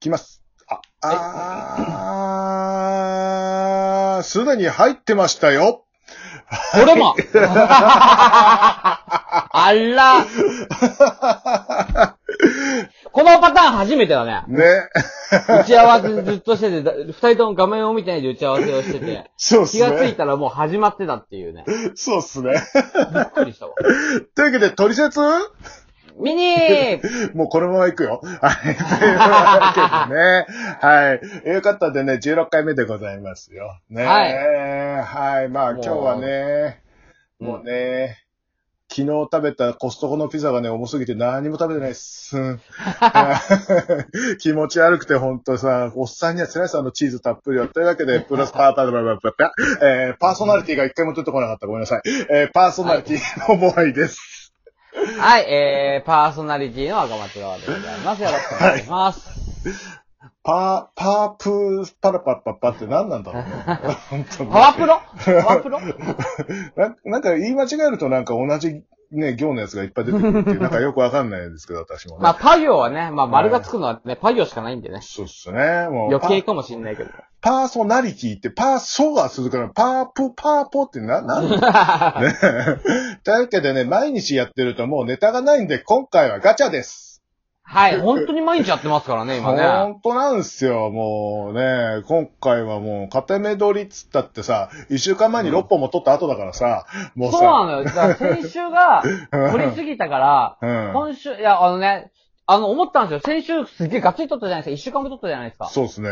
きます。あ、あー、すでに入ってましたよ。これ もあらこのパターン初めてだね。ね。打ち合わせずっとしててだ、二人とも画面を見てないで打ち合わせをしてて、 そうっす気ね。がついたらもう始まってたっていうね。びっそうっすね。くりしたわ。というわけで、トリセツミニーもうこのまま行く よ。はい。というわけでね。はい。よかったんでね、16回目でございますよ。ね。はい。まあ今日はね、もうね、昨日食べたコストコのピザがね、重すぎて何も食べてないっす。うん気持ち悪くてほんとさ、おっさんには辛いさ、あのチーズたっぷりを。というわけで、プラスパーターバババババえーパーソナリティが一回も出てこなかった。ごめんなさい。えーパーソナリティの思いです。はい、えー、パーソナリティの赤松川でございます。よろしくお願いします。パー、パープー、パラパッパッパって何なんだろうね。本当にパワプロパワプロななんか言い間違えるとなんか同じね、行のやつがいっぱい出てくるっていう、なんかよくわかんないですけど、私もね。まあ、パ行はね、まあ、丸がつくのはね、パ行しかないんでね。そうっすね。もう余計かもしんないけど。パパーソナリティって、パーソが続くの、パープ、パーポってな、なん だね。というわけでね、毎日やってるともうネタがないんで、今回はガチャです。はい、本当に毎日やってますからね、今ほね。んとなんですよ、もうね、今回はもう、片目取りっつったってさ、一週間前に6本も取った後だからさ、もうさ、そうなのよ。だから先週が、取りすぎたから、うん今週、いや、あのね、あの、思ったんですよ。先週すげえガッツリ撮ったじゃないですか。一週間も撮ったじゃないですか。そうですね。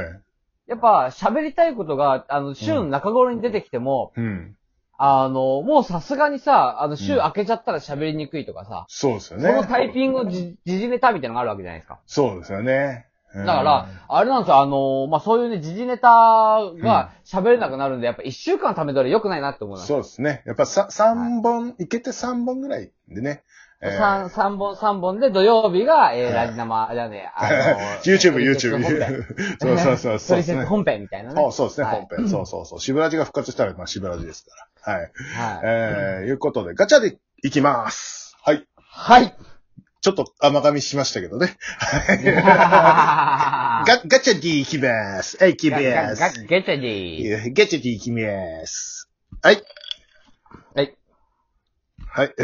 やっぱ、喋りたいことが、あの、週の中頃に出てきても、うん。あの、もうさすがにさ、あの、う週ん開けちゃったら喋りにくいとかさ、そうですよそのね。タイピングをじ縮めたみたいなのがあるわけじゃないですか。そうですよね。うんだから、、あれなんですよ、あの、まあ、そういうね、時事ネタが喋れなくなるんで、やっぱ一週間ため取り良くないなって思うな。そうですね。やっぱさ3本、いけて3本ぐらいでね。えー三三本、三本で土曜日が、えはいー、ラジ生、じゃねえ、あ YouTube、トリセツ YouTube 本編。 そうそうそう。トそうでリすセツね。本編みたいなね。そうそうですね、はい本編。そうそうそう。しぶらじが復活したら、まあ、しぶらじですから。はい。はい。えー、いうことで、ガチャでいきます。はい。 はい。ちょっと甘噛みしましたけどね。ガ、ガチャでいきます。はい、いきまガガす。ゲチャディ。ガチャでいきます。はい。はい。はい。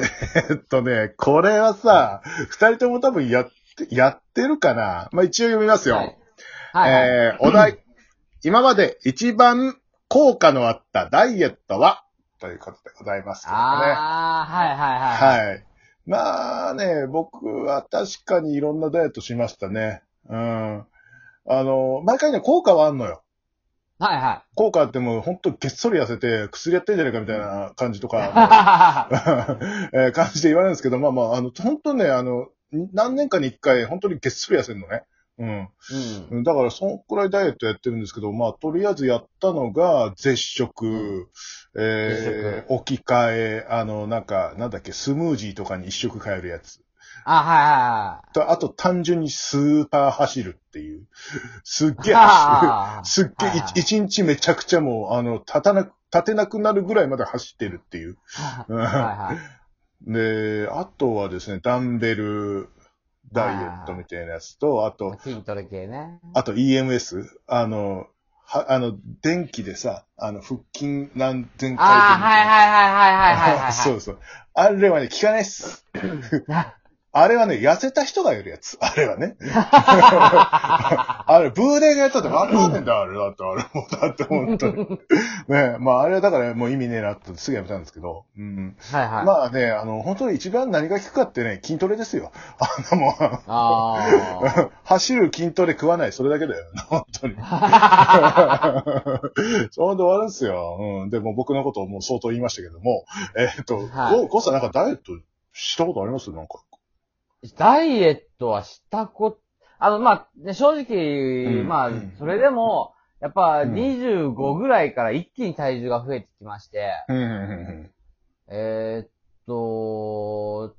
えっとね、これはさ、二人とも多分やって、やってるかな。まあ、一応読みますよ。はい。はい。えー、お題。今まで一番効果のあったダイエットはということでございますけどね。あー、はいはいはい。はい。まあね、僕は確かにいろんなダイエットしましたね。うん。あの、毎回ね、効果はあんのよ。はいは効果あっても、ほんとげっそり痩せて、薬やってんじゃないかみたいな感じといはか、 は。えー感じで言われるんですけど、まあまあ、あの、ほんとね、あの、何年かに一回、本当にげっそり痩せるのね。うん。うん。うんだから、そんくらいダイエットやってるんですけど、まあ、とりあえずやったのが、絶食、えー、置き換え、あの、なんか、なんだっけ、スムージーとかに一食変えるやつ。あ、はとあと、単純にスーパー走るっていう。すっいはいはい。げえ走る。あーすっげえ はいはい、一日めちゃくちゃもう、あの、立たなく、立てなくなるぐらいまで走ってるっていう。うんはいはい。で、あとはですね、ダンベルダイエットみたいなやつと、あと、筋トレ系ね。あと EMS? あの、は、あの、電気でさ、あの、腹筋何千回転みたあー、はいいはいはいはいはいはいはい。 そうそう。あれはね、効かないっ す。あれはね、痩せた人がやるやつ。あれはね。 あれ、ブーレがやったってわかんねえんだよ、あれ。だって、あれもう、だって、本 当に。ねえまあ、あれはだから、もう意味ねえなって、すぐやめたんですけど。うん。はいはい。まあね、あの、本当に一番何が効くかってね、筋トレですよ。あの、もう、あー。 走る筋トレ食わない、それだけだよ。本当に。それで終わるんすよ。うん。でも僕のことをもう相当言いましたけども、えーっと、はいゴゴーさんなんかダイエットしたことありますなんか。ダイエットはしたこ、あの、まあ、ね、正直、うんまあうん、それでも、やっぱうん25ぐらいから一気に体重が増えてきまして、うん、うん、えーっと、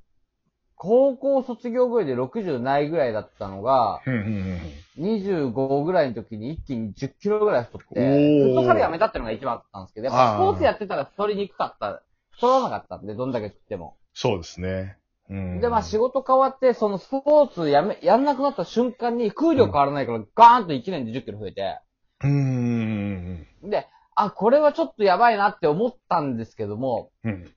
高校卒業ぐらいで60ないぐらいだったのが、うん、うん。 25ぐらいの時に一気に10キロぐらい太っおて、ーフットサルやめたってのが一番あったんですけど、やっあーぱスポーツやってたら太りにくかった、太らなかったんで、どんだけ食っても。そうですね。うんで、まあ仕事変わって、そのスポーツやめ、やんなくなった瞬間に風量変わらないから、ガーンと1年で10キロ増えて、うん。で、あ、これはちょっとやばいなって思ったんですけども、うん。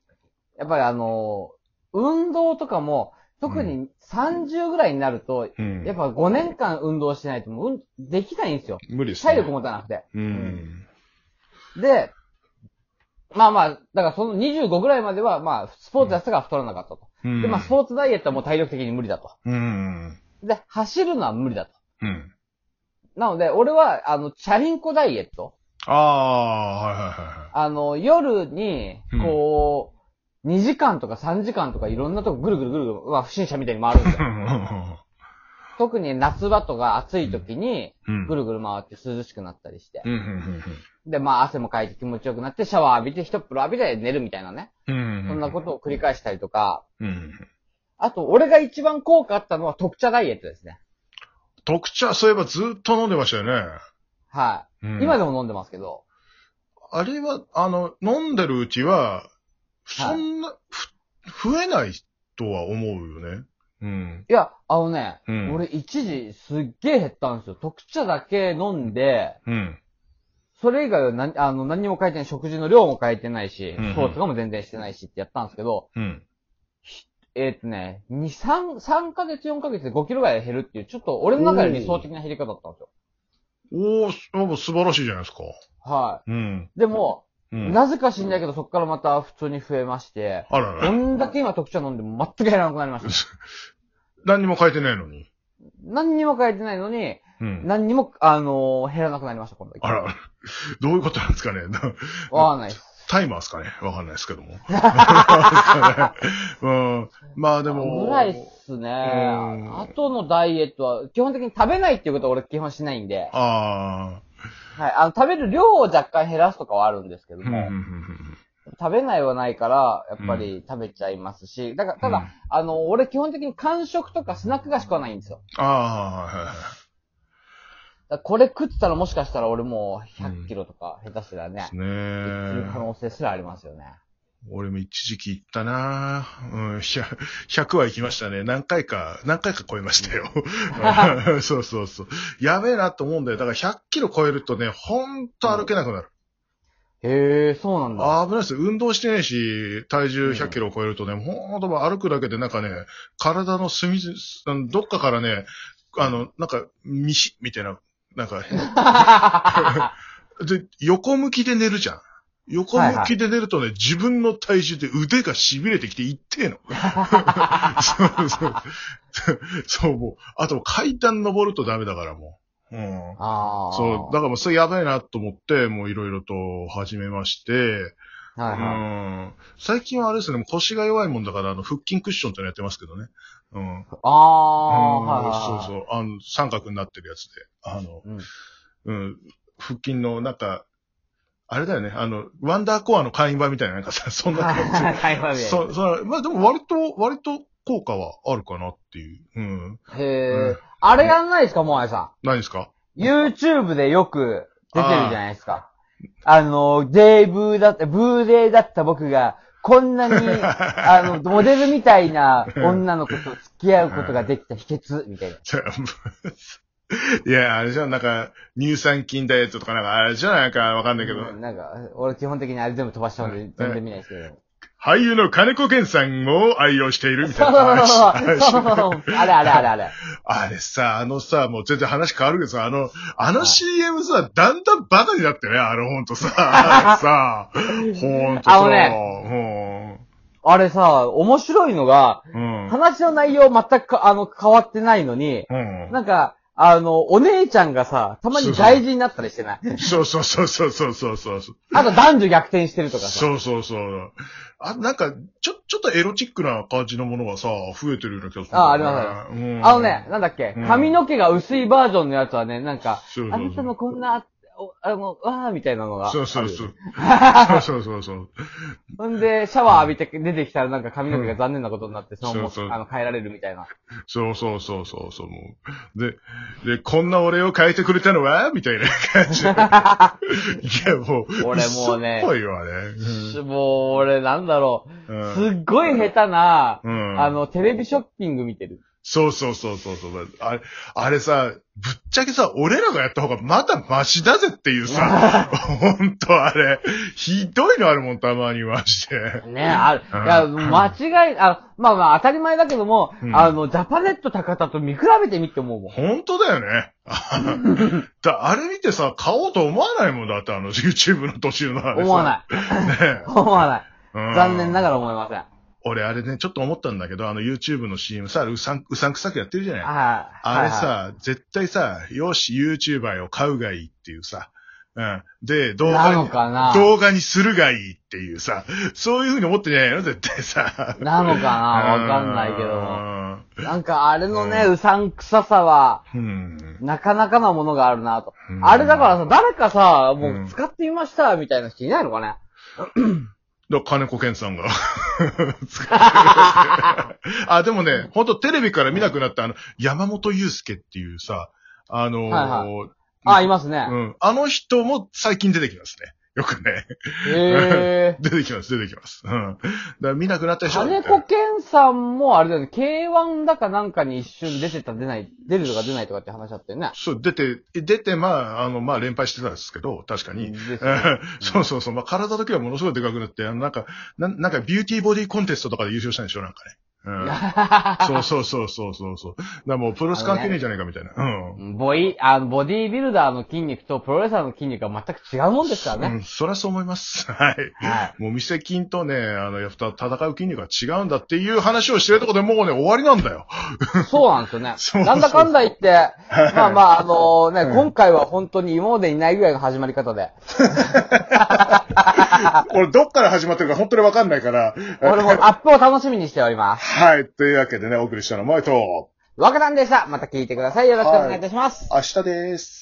やっぱりあのー運動とかも、特に30ぐらいになると、うん。やっぱ5年間運動しないともう、うん、できないんですよ。無理ですね。体力持たなくて。うん。で、まあまあ、だからその25ぐらいまでは、まあ、スポーツやってたから太らなかったと。うん。で、まあ、スポーツダイエットはもう体力的に無理だと。うん。で、走るのは無理だと。うん。なので、俺は、あの、チャリンコダイエット。ああ、はいはいはいはい。あの、夜にうん、こう、2時間とか3時間とかいろんなとこぐるぐるぐるぐる、まあ、不審者みたいに回る んですよ。特に夏場とか暑い時に、うん。ぐる。るぐる回って涼しくなったりして。うん。うん。で、まあ、汗もかいて気持ちよくなって、シャワー浴びて、一風呂浴びて寝るみたいなね。うん。そんなことを繰り返したりとか。うん。あと、俺が一番効果あったのは特茶ダイエットですね。特茶、そういえばずっと飲んでましたよね。はうんい。今でも飲んでますけど。あれは、あの、飲んでるうちは、そんな、ふ増えないとは思うよね。うん。いや、あのね、うん俺一時すっげえ減ったんですよ。特茶だけ飲んで、うん。それ以外は何あの何にも変えてない、食事の量も変えてないし、うんうんスポーツとかも全然してないしってやったんですけど、うん。えーっとね、2、3、3ヶ月、4ヶ月で5キロぐらい減るっていう、ちょっと俺の中で理想的な減り方だったんですよ。おー、すお素晴らしいじゃないですか。はうん。い。でも、うん。なぜか知んないけど、そっからまた普通に増えまして、あらどら。んだけ今特茶飲んでも全く減らなくなりました。何にも書いてないのに。何にも変えてないのに、うん。何にも、あのー減らなくなりました、今度。あら、どういうことなんですかね。 わかんないです。タイマーですかねわかんないですけど も。うん、まあでも。ぐらいっすね。んあとのダイエットは、基本的に食べないっていうことは俺基本しないんで、ああ。はい。あの、食べる量を若干減らすとかはあるんですけどうんも、食べないはないから、やっぱり食べちゃいますし、だから、ただ、うんあの、俺基本的に間食とかスナック菓子食わないんですよ。あだからこれ食ってたらもしかしたら俺もう100キロとか下手すりゃあ、はね、いはいい。るです可ね。能性すらありますよね。俺も一時期行ったなうん、100 100は行きましたね。何回か、何回か超えました よ。そうそうそう。やべえなと思うんだよ。だから100キロ超えるとね、ほんと歩けなくなる。へえ、そうなんだ。あー危ないです。運動してないし、体重100キロを超えるとね、ほんと歩くだけでなんかね、体の隅々、あのどっかからね、あの、なんか、ミシッみたいな、なんか変なで、横向きで寝るじゃん。横向きで寝るとね、自分の体重で腕が痺れてきて痛えの。 そうそう。そう、もう。あと階段登るとダメだからもう。うん。 ああ。そう、だからもうそれやばいなと思って、もういろいろと始めまして、はいはい。うん最近はあれですね、もう腰が弱いもんだから、あの、腹筋クッションってのやってますけどね。うん。ああ、はいはいはい。そうそう。あの、三角になってるやつで。あの、うんうん。腹筋の、なんか、あれだよね、あの、ワンダーコアの会員版みたいな、なんかさ、 そんな感会話じ。で。そ、そまあでも割と、割と効果はあるかなっていう。うん。うへんえ。あれやんないですか、もあいさ何ですか ん。YouTube でよく出てるじゃないですか。あの、デーブーだった、ブーデーだった僕が、こ んなに、あの、モデルみたいな女の子と付き合うことができた秘訣、みたいな。じゃあいや、あれじゃん、なんか、乳酸菌ダイエットとかなんか、あれじゃないかわかんないけど、なんか、俺基本的にあれ全部飛ばしちゃうんで、全然見ない ですけ ど。俳優の金子健さんを愛用しているみたそいうなそうそう話。 そうそうそう。あれあれあれあれ。あれさ、あのさ、もう全然話変わるけどさ、あの、あの CM さ、だんだんバカになってね、あれほんとさ、さ、ほんとさ、あのね、あれさ、面白いのが、うん、うん、話の内容全くかあの変わってないのに、うなんか、あの、お姉ちゃんがさ、たまに外人になったり してない。ん。そうそうそうそうそうそうそう。あと男女逆転してるとかさ。そうそうそう。あ、なんか、ちょ、ちょっとエロチックな感じのものがさ、増えてるような気がするんだよね、あありますうんあのね、なんだっけうん、髪の毛が薄いバージョンのやつはね、なんかそうそう、そうあなたのこんなおあの、わーみたいなのが。そうそう そう。そうそうそう。ほんで、シャワー浴びて出てきたらなんか髪の毛が残念なことになって、そのままそうそうあの変えられるみ たいな。そうそうそうそうそう、もう。で、で、こんな俺を変えてくれたのはみたいな感じ。いや、もう、俺もうね嘘っぽいわね。もう、俺、なんだろうう。んすっごい下手な、うんあの、テレビショッピング見てる。そうそうそうそうそう。あれ、あれさ、ぶっちゃけさ、俺らがやった方がまだマシだぜっていう さ、ほんとあれ、ひどいのあるもん、たまにまして。ね、ある。うんいや、間違い、あまあまあ、当たり前だけども、うんあの、ジャパネット高田と見比べてみて思うもん。ほんとだよ ね。だあれ見てさ、買おうと思わないもんだって、あの YouTube の途中のあれさ。思わない。ね 思わない。うん残念ながら思いません。俺あれね、ちょっと思ったんだけど、あの YouTube の CM さ、うさん、うさんくさくやってるじゃないああれ、さ、絶対さ、よし、YouTuber を買うがいいっていうさ、うん。で、動な画のに、かな動画にするがいいっていうさ、そういうふうに思ってんじゃないの絶対さ。なのかなわかんないけども。なんかあれのね、うさんくささは、ど。うん。なかなかなものがあるなとう。んあれだからさ、誰かさ、うもんう使ってみました、みたいな人いないの かねだから金子健さ んが使ってる。あ、でもね、ほんとテレビから見なくなったあの、山本祐介っていうさ、あのーはいあ、いますねう。ん。あの人も最近出てきますね。よくね。へえ。出てきます、出てきます。うん。だから見なくなったでしょ金子健さんも、あれだよね、K1 だかなんかに一瞬出てた、出ない、出るとか出ないとかって話だったよね。そう、出て、出て、まあ、あの、まあ、連敗してたんですけど、確かに。ですよねうん そうそうそう。まあ、体だけはものすごいでかくなって、あの、なんか、なんなんか、ビューティーボディコンテストとかで優勝したんでしょなんかね。うん。そうそうそうそうそう。だからもう、プロレス関係ねえじゃねえかみたいな。うん。ボイ、あの、ボディービルダーの筋肉とプロレスラーの筋肉は全く違うもんですからうね。ん、そりゃそう思います。 はい。はもう、見せ筋とね、あの、やっぱ戦う筋肉が違うんだっていう話をしてるとこでもうね、終わりなんだよ。い。そうなんですよねそう。なんだかんだ言って、まあまあ、あのね、今回は本当に今までにないぐらいの始まり方で。俺、どっから始まってるか本当にわかんないから。俺もアップを楽しみにしております。はい。というわけでね、お送りしたのは、前と、若旦でした。また聞いてください。よろしくお願いいたします。明日です。